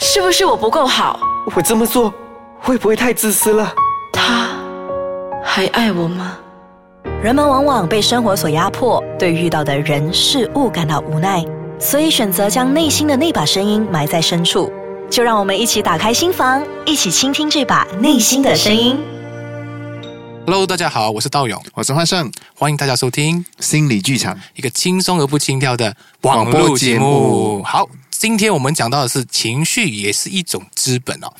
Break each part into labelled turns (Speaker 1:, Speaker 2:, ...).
Speaker 1: 是不是我不够好？
Speaker 2: 我这么做会不会太自私了？
Speaker 1: 他还爱我吗？
Speaker 3: 人们往往被生活所压迫，对遇到的人事物感到无奈，所以选择将内心的那把声音埋在深处。就让我们一起打开心房，一起倾听这把内心的声音。
Speaker 4: Hello，大家好，我是道勇，我是焕胜，欢迎大家收听
Speaker 5: 心理剧场，
Speaker 4: 一个轻松而不轻佻的
Speaker 5: 网
Speaker 4: 网
Speaker 5: 络
Speaker 4: 络节
Speaker 5: 节
Speaker 4: 目。
Speaker 5: 目
Speaker 4: 好，今天我们讲到的是情绪也是一种资本哦。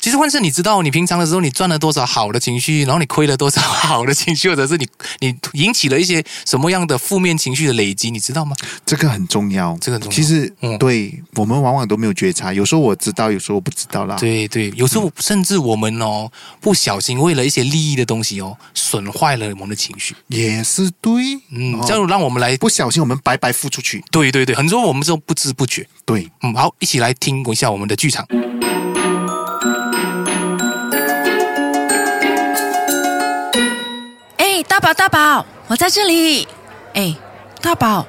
Speaker 4: 其实，幻胜，你知道你平常的时候，你赚了多少好的情绪，然后你亏了多少好的情绪，或者是你 你引起了一些什么样的负面情绪的累积，你知道吗？
Speaker 5: 这个很重要。
Speaker 4: 这个很重要
Speaker 5: 其实、
Speaker 4: 嗯
Speaker 5: 对我们往往都没有觉察，有时候我知道，有时候我不知道啦。
Speaker 4: 对对，有时候甚至我们哦，不小心为了一些利益的东西哦，损坏了我们的情绪。
Speaker 5: 也是对。
Speaker 4: 嗯，
Speaker 5: 哦
Speaker 4: 这样让我们来，
Speaker 5: 不小心我们白白付出去。
Speaker 4: 对对对，很多我们都不知不觉。
Speaker 5: 对，
Speaker 4: 嗯，好，一起来听一下我们的剧场。
Speaker 6: 哎，大宝，大宝，我在这里。哎，大宝，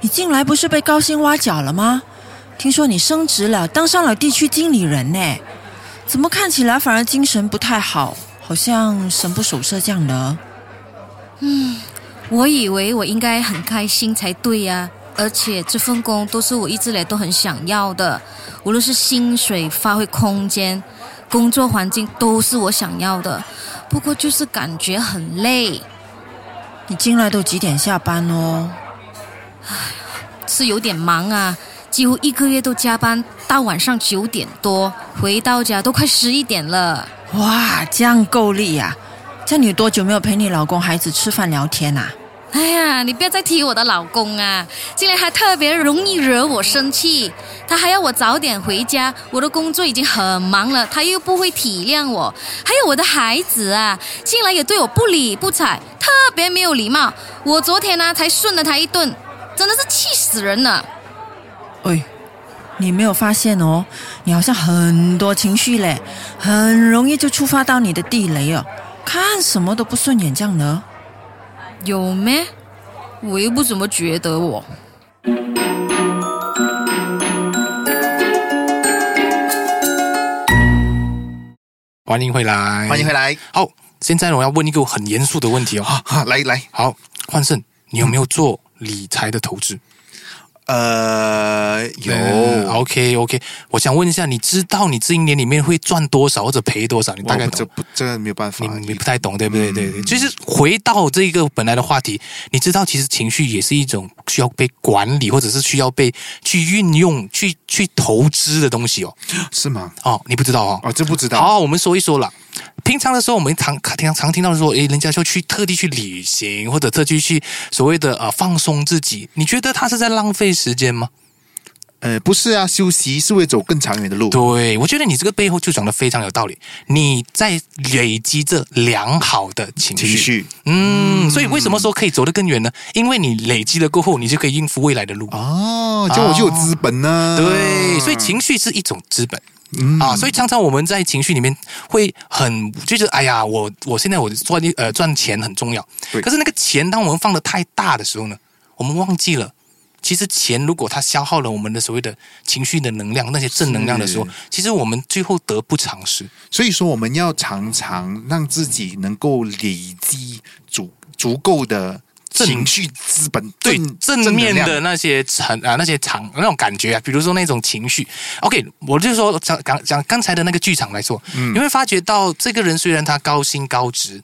Speaker 6: 你进来不是被高薪挖角了吗？听说你升职了，当上了地区经理人呢？怎么看起来反而精神不太好，好像神不守舍这样的？
Speaker 7: 我以为我应该很开心才对呀、而且这份工都是我一直来都很想要的，无论是薪水、发挥空间、工作环境都是我想要的。不过就是感觉很累，
Speaker 6: 你进来都几点下班哦？
Speaker 7: 是有点忙啊，几乎一个月都加班到晚上九点多，回到家都快十一点了。
Speaker 6: 哇，这样够力呀、这样你有多久没有陪你老公孩子吃饭聊天啊？
Speaker 7: 哎呀，你不要再提我的老公啊！竟然还特别容易惹我生气，他还要我早点回家，我的工作已经很忙了，他又不会体谅我，还有我的孩子啊，进来也对我不理不睬，特别没有礼貌。我昨天呢、才顺了他一顿，真的是气死人了。
Speaker 6: 哎，你没有发现哦？你好像很多情绪嘞，很容易就触发到你的地雷哦，看什么都不顺眼这样的。哦
Speaker 7: 有咩？我又不怎么觉得我。
Speaker 4: 嗯欢迎回来，
Speaker 5: 欢迎回
Speaker 4: 来。
Speaker 5: 来，
Speaker 4: 好，现在我要问一个很严肃的问题哦。
Speaker 5: 哈、啊，来来，
Speaker 4: 好，焕胜，你有没有做理财的投资？
Speaker 5: 呃，有、
Speaker 4: ，OK OK，我想问一下，你知道你今年里面会赚多少或者赔多少？你大
Speaker 5: 大
Speaker 4: 概
Speaker 5: 概
Speaker 4: 懂
Speaker 5: 这？不这个没有办法
Speaker 4: 你，你不太懂，对不对？
Speaker 5: 嗯
Speaker 4: 对对，就是回到这个本来的话题，你知道，其实情绪也是一种需要被管理，或者是需要被去运用、去去投资的东西哦。
Speaker 5: 是吗？
Speaker 4: 哦，你不知道哦？
Speaker 5: 哦，这不知道。
Speaker 4: 好，我们说一说啦。平常的时候，我们常常常听到说，诶，人家就去特地去旅行，或者特地去所谓的呃放松自己。你觉得他是在浪费时间吗？
Speaker 5: 呃，不是啊，休息是为走更长远的路。
Speaker 4: 对，我觉得你这个背后就讲的非常有道理。你在累积着良好的情绪，
Speaker 5: 情绪
Speaker 4: 嗯，所以为什么说可以走得更远呢？因为你累积了过后，你就可以应付未来的路。
Speaker 5: 哦，这样我就有资本呢。
Speaker 4: 对，所以情绪是一种资本。
Speaker 5: 嗯
Speaker 4: 啊，所以常常我们在情绪里面会很就是哎呀，我我现在我赚呃赚钱很重要，
Speaker 5: 对
Speaker 4: 可是那个钱当我们放的太大的时候呢，我们忘记了，其实钱如果它消耗了我们的所谓的情绪的能量，那些正能量的时候
Speaker 5: 是，
Speaker 4: 其实我们最后得不偿失。
Speaker 5: 所以说，我们要常常让自己能够累积足足够的
Speaker 4: 正
Speaker 5: 情绪资本，
Speaker 4: 对
Speaker 5: 正
Speaker 4: 正面
Speaker 5: 能
Speaker 4: 的
Speaker 5: 量
Speaker 4: 那些场啊，那些场那种感觉啊，比如说那种情绪。OK，我就说讲讲讲刚才的那个剧场来说，
Speaker 5: 嗯
Speaker 4: 你会发觉到这个人虽然他高薪高职，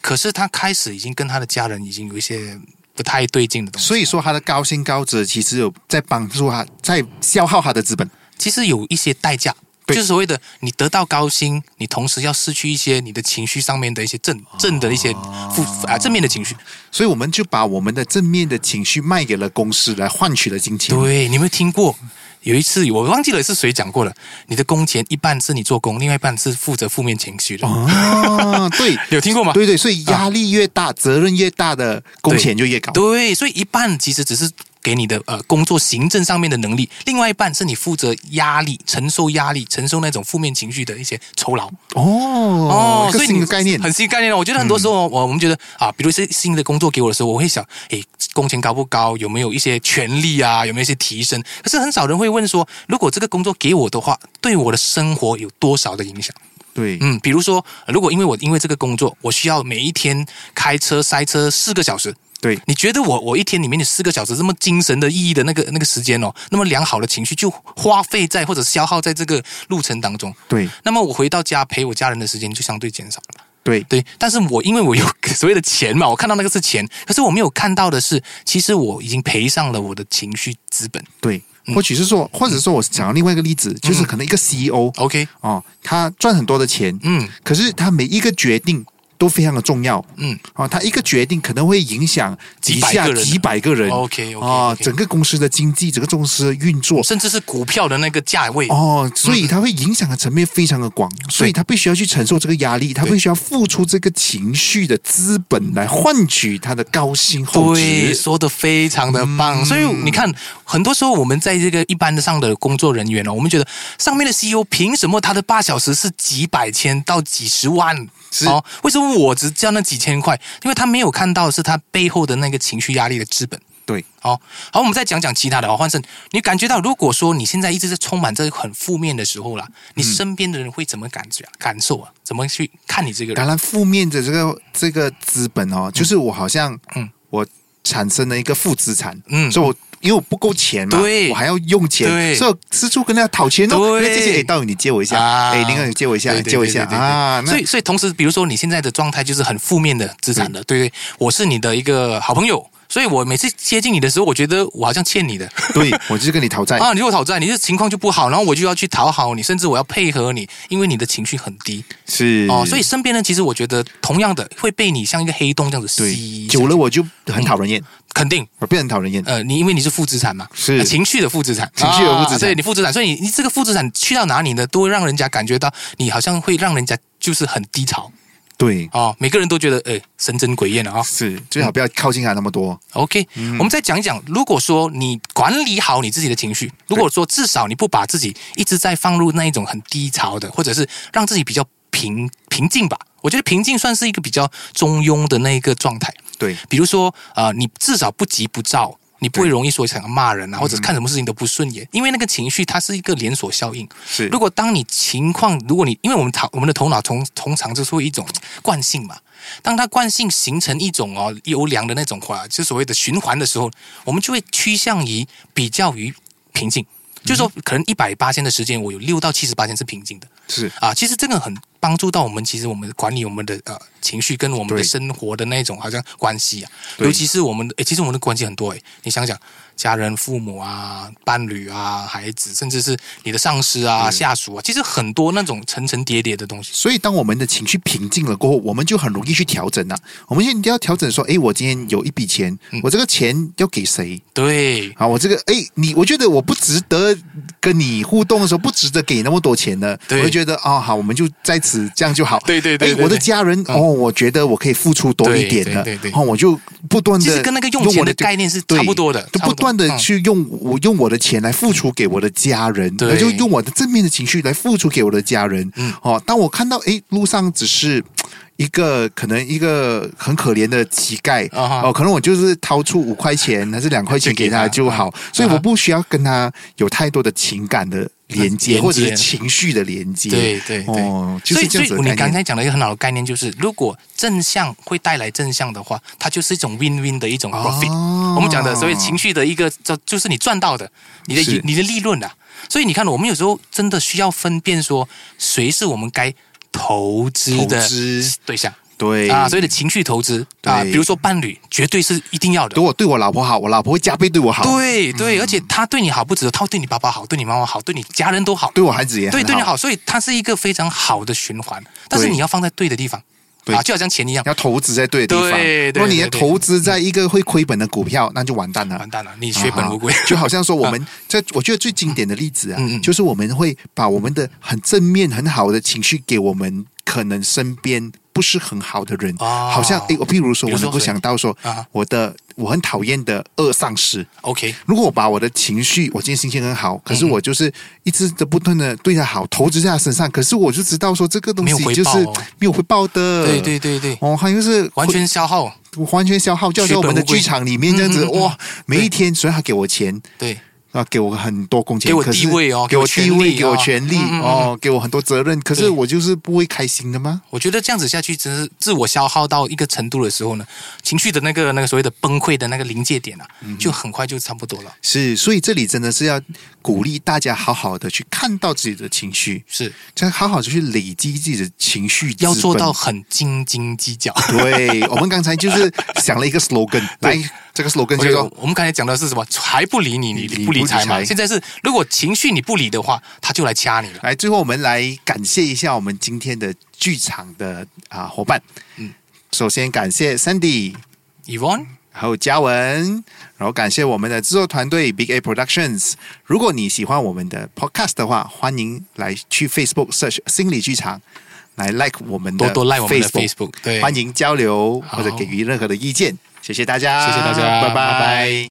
Speaker 4: 可是他开始已经跟他的家人已经有一些不太对劲的东西。
Speaker 5: 所以说，他的高薪高职其实有在帮助他，在消耗他的资本。
Speaker 4: 其实有一些代价，就
Speaker 5: 对
Speaker 4: 是所谓的你得到高薪，你同时要失去一些你的情绪上面的一些正
Speaker 5: 啊
Speaker 4: 正的一些负啊正面的情绪。
Speaker 5: 所以我们就把我们的正面的情绪卖给了公司，来换取了金钱。
Speaker 4: 对，你有没有听过？有一次我忘记了是谁讲过了，你的工钱一半是你做工，另外一半是负责负面情绪的。
Speaker 5: 啊，对，
Speaker 4: 有听过吗啊
Speaker 5: 对对，所以压力越大，责任越大的工钱就越高。
Speaker 4: 对，所以一半其实只是给你的呃工作行政上面的能力，另外一半是你负责压力、承受压力、承受那种负面情绪的一些酬劳。
Speaker 5: 哦，一个
Speaker 4: 所以
Speaker 5: 新
Speaker 4: 你
Speaker 5: 的概念，嗯
Speaker 4: 很新的概念哦。我觉得很多时候我我们觉得啊，比如是新的工作给我的时候，我会想，诶，工钱高不高，有没有一些权利啊，有没有一些提升？可是很少人会问说，如果这个工作给我的话，对我的生活有多少的影响？
Speaker 5: 对，
Speaker 4: 嗯，比如说，呃如果因为我因为这个工作，我需要每一天开车塞车四个小时，
Speaker 5: 对，
Speaker 4: 你觉得我我一天里面的四个小时这么精神的意义的那个那个时间哦，那么良好的情绪就花费在或者消耗在这个路程当中，
Speaker 5: 对，
Speaker 4: 那么我回到家陪我家人的时间就相对减少了。
Speaker 5: 对，
Speaker 4: 对，但是我因为我有所谓的钱嘛，我看到那个是钱，可是我没有看到的是，其实我已经赔上了我的情绪资本。
Speaker 5: 对，
Speaker 4: 嗯
Speaker 5: 或许是说，或者说我讲到另外一个例子，就是可能一个 CEO
Speaker 4: OK，
Speaker 5: 哦，他赚很多的钱，
Speaker 4: 嗯
Speaker 5: 可是他每一个决定都非常的重要，
Speaker 4: 嗯，
Speaker 5: 哦，他一个决定可能会影响
Speaker 4: 几
Speaker 5: 几
Speaker 4: 百
Speaker 5: 下
Speaker 4: 个人
Speaker 5: 几百个人
Speaker 4: OK，OK，OK
Speaker 5: 哦整个公司的经济，整个公司的运作。
Speaker 4: 甚至是嗯股票的那个价位。
Speaker 5: 哦，所以他会影响的层面非常的广，所以他必须要去承受这个压力，他必须要付出这个情绪的资本来换取他的高薪厚
Speaker 4: 对，
Speaker 5: 职。
Speaker 4: 说的非常的棒。所以你看，很多时候我们在这个一般的上的工作人员哦，我们觉得上面的 CEO 凭什么他的八小时是几百千到几十万？
Speaker 5: 是
Speaker 4: 哦，为什么我只交那几千块？因为他没有看到的是他背后的那个情绪压力的资本。
Speaker 5: 对，
Speaker 4: 好、好，我们再讲讲其他的哦。换成你感觉到，如果说你现在一直在充满这个很负面的时候啦，你身边的人会怎么感觉、感受啊？怎么去看你这个
Speaker 5: 当
Speaker 4: 人？
Speaker 5: 然，负面的这个这个资本哦，就是我好像，
Speaker 4: 嗯
Speaker 5: 嗯，我产生了一个负资产，
Speaker 4: 嗯
Speaker 5: 嗯，所以我因为我不够钱嘛，
Speaker 4: 对
Speaker 5: 我还要用钱，
Speaker 4: 对
Speaker 5: 所以我四处跟他讨钱哦，
Speaker 4: 对
Speaker 5: 因为这些哎，道友你借我一下，
Speaker 4: 啊
Speaker 5: 哎、林哥你借我一下，
Speaker 4: 对
Speaker 5: 借我一下
Speaker 4: 对对对对对
Speaker 5: 啊，那
Speaker 4: 所以，所以同时，比如说你现在的状态就是很负面的资产的，对对，我是你的一个好朋友，所以我每次接近你的时候，我觉得我好像欠你的
Speaker 5: 对我就是跟你讨债，
Speaker 4: 啊，你如果讨债，你的情况就不好，然后我就要去讨好你，甚至我要配合你，因为你的情绪很低
Speaker 5: 是
Speaker 4: 哦，所以身边呢，其实我觉得同样的会被你像一个黑洞这样子吸
Speaker 5: 对，
Speaker 4: 下去
Speaker 5: 久了我就很讨人厌，
Speaker 4: 肯定
Speaker 5: 我变得很讨人厌，
Speaker 4: 呃，你因为你是负资产嘛，
Speaker 5: 是
Speaker 4: 呃情绪的负资产，
Speaker 5: 情绪的负资产
Speaker 4: 啊对你负资产，所以你你这个负资产去到哪里呢，都会让人家感觉到你好像会让人家就是很低潮。
Speaker 5: 对，
Speaker 4: 哦，每个人都觉得诶神憎鬼厌了啊、
Speaker 5: 是最好不要靠近他那么多，
Speaker 4: OK，、我们再讲一讲，如果说你管理好你自己的情绪，如果说至少你不把自己一直在放入那一种很低潮的，或者是让自己比较平平静吧。我觉得平静算是一个比较中庸的那一个状态。
Speaker 5: 对，
Speaker 4: 比如说，呃，你至少不急不躁，你不会容易说想要骂人啊，或者是看什么事情都不顺眼，因为那个情绪它是一个连锁效应。
Speaker 5: 是
Speaker 4: 如果当你情况，如果你因为我们头我们的头脑通通常就是会一种惯性嘛，当它惯性形成一种哦优良的那种话，就所谓的循环的时候，我们就会趋向于比较于平静。就是说，可能一百八千的时间，我有六到七十八千是平静的
Speaker 5: 是
Speaker 4: 啊。其实这个很帮助到我们，其实我们管理我们的呃情绪跟我们的
Speaker 5: 对
Speaker 4: 生活的那种好像关系啊，
Speaker 5: 对
Speaker 4: 尤其是我们的，诶，其实我们的关系很多诶，你想想，家人、父母啊、伴侣啊、孩子，甚至是你的上司啊、
Speaker 5: 嗯
Speaker 4: 下属啊，其实很多那种层层叠叠的东西。
Speaker 5: 所以，当我们的情绪平静了过后，我们就很容易去调整了。我们现在一定要调整说，诶，我今天有一笔钱，我这个钱要给谁？
Speaker 4: 对，
Speaker 5: 啊，我这个，诶，你，我觉得我不值得跟你互动的时候，不值得给那么多钱的。
Speaker 4: 对
Speaker 5: 我就觉得，哦，好，我们就在此这样就好。
Speaker 4: 对对对
Speaker 5: 诶
Speaker 4: 对对
Speaker 5: 我的家人，
Speaker 4: 嗯
Speaker 5: 哦，我觉得我可以付出多一点的，
Speaker 4: 对对对对
Speaker 5: 哦，我就不断的，
Speaker 4: 其实跟那个用钱的概念是差不多的
Speaker 5: 就
Speaker 4: 差不多
Speaker 5: 不断的
Speaker 4: 嗯
Speaker 5: 去用我用我的钱来付出给我的家人，
Speaker 4: 对
Speaker 5: 我就用我的正面的情绪来付出给我的家人。
Speaker 4: 嗯
Speaker 5: 哦，当我看到诶路上只是。一个可能一个很可怜的乞丐
Speaker 4: 啊哈
Speaker 5: 哦，可能我就是掏出五块钱还是两块钱给他
Speaker 4: 就
Speaker 5: 就
Speaker 4: 给他啊
Speaker 5: 好，所以我不需要跟他有太多的情感的连
Speaker 4: 啊连接
Speaker 5: 接或者是情绪的连接。
Speaker 4: 对对对，
Speaker 5: 哦，就
Speaker 4: 所
Speaker 5: 是
Speaker 4: 以所
Speaker 5: 这样
Speaker 4: 以
Speaker 5: 子的
Speaker 4: 你
Speaker 5: 概
Speaker 4: 刚
Speaker 5: 念。
Speaker 4: 才讲的一个很好的概念就是，如果正向会带来正向的话，它就是一种 win-win 的一种 profit。
Speaker 5: 哦
Speaker 4: 我们讲的所谓情绪的一个，就就是你赚到的，你的
Speaker 5: 是
Speaker 4: 你的利润啊。所以你看，我们有时候真的需要分辨说，谁是我们该投资的
Speaker 5: 投资
Speaker 4: 对象
Speaker 5: 对
Speaker 4: 啊，所谓的情绪投资啊，
Speaker 5: 对
Speaker 4: 比如说伴侣，绝对是一定要的
Speaker 5: 如。果对我老婆好，我老婆会加倍对我好，嗯
Speaker 4: 对对，而且他对你好不止，他对你爸爸好，对你妈妈好，对你家人都好。
Speaker 5: 对我孩子也
Speaker 4: 对，
Speaker 5: 很
Speaker 4: 对你好，所以它是一个非常好的循环，但是
Speaker 5: 对
Speaker 4: 你要放在对的地方，
Speaker 5: 对
Speaker 4: 啊，就好像钱一样，
Speaker 5: 要投资在对的地方。
Speaker 4: 对对
Speaker 5: 如果你要
Speaker 4: 对对
Speaker 5: 投资在一个会亏本的股票，那就完蛋了。
Speaker 4: 完蛋了，你血本无归
Speaker 5: 啊。就好像说我 们这，我觉得最经典的例子啊，
Speaker 4: 嗯嗯
Speaker 5: 就是我们会把我们的很正面、很好的情绪给我们可能身边不是很好的人，
Speaker 4: 哦
Speaker 5: 好像诶，我譬如说，
Speaker 4: 比如
Speaker 5: 我
Speaker 4: 说
Speaker 5: 能够
Speaker 4: 谁
Speaker 5: 想到说
Speaker 4: 啊，
Speaker 5: 我的我很讨厌的二上司。
Speaker 4: OK，
Speaker 5: 如果我把我的情绪，我今天心情很好，可是
Speaker 4: 嗯
Speaker 5: 我就是一直的不断的对他好，投资在他身上，可是我就知道说这个东
Speaker 4: 没有
Speaker 5: 西
Speaker 4: 回
Speaker 5: 就
Speaker 4: 报
Speaker 5: 是
Speaker 4: 哦
Speaker 5: 没有回报的，
Speaker 4: 对对对对，
Speaker 5: 哦，还有就是
Speaker 4: 完全消耗，
Speaker 5: 完全消耗掉在我们的剧场里面这样子
Speaker 4: 血本无归
Speaker 5: 哇！每一天，虽然他给我钱，
Speaker 4: 对，
Speaker 5: 啊，给我很多工钱，
Speaker 4: 给我
Speaker 5: 可是
Speaker 4: 地位哦
Speaker 5: 给我地位，
Speaker 4: 给
Speaker 5: 给
Speaker 4: 我
Speaker 5: 我
Speaker 4: 权
Speaker 5: 权
Speaker 4: 利
Speaker 5: 利
Speaker 4: 哦嗯嗯嗯
Speaker 5: 哦，给我很多责任，可是
Speaker 4: 对
Speaker 5: 我就是不会开心的吗？
Speaker 4: 我觉得这样子下去，真是自我消耗到一个程度的时候呢，情绪的那个那个所谓的崩溃的那个临界点啊，
Speaker 5: 嗯
Speaker 4: 就很快就差不多了。
Speaker 5: 是，所以这里真的是要鼓励大家好好的去看到自己的情绪，
Speaker 4: 是
Speaker 5: 这样好好的去累积自己的情绪资本，
Speaker 4: 要做到很斤斤计较。
Speaker 5: 对， 我们刚才就是想了一个 slogan，来，这个 slogan 就
Speaker 4: OK，
Speaker 5: 是说
Speaker 4: 我们刚才讲的是什么？财不理你，
Speaker 5: 理
Speaker 4: 你
Speaker 5: 理
Speaker 4: 不理
Speaker 5: 不理
Speaker 4: 财嘛。
Speaker 5: 财
Speaker 4: 现在是，如果情绪你不理的话，他就来掐你了。
Speaker 5: 来，最后我们来感谢一下我们今天的剧场的啊、伙伴。嗯，首先感谢 Sandy，
Speaker 4: Yvonne，
Speaker 5: 还有嘉文，然后感谢我们的制作团队 Big A Productions。如果你喜欢我们的 Podcast 的话，欢迎来去 Facebook search 心理剧场。来 like 我们的
Speaker 4: 多多 like 我们的 Facebook，对
Speaker 5: 欢迎交流
Speaker 4: 好
Speaker 5: 或者给予任何的意见，谢谢大家，
Speaker 4: 谢谢大家
Speaker 5: 拜
Speaker 4: 拜拜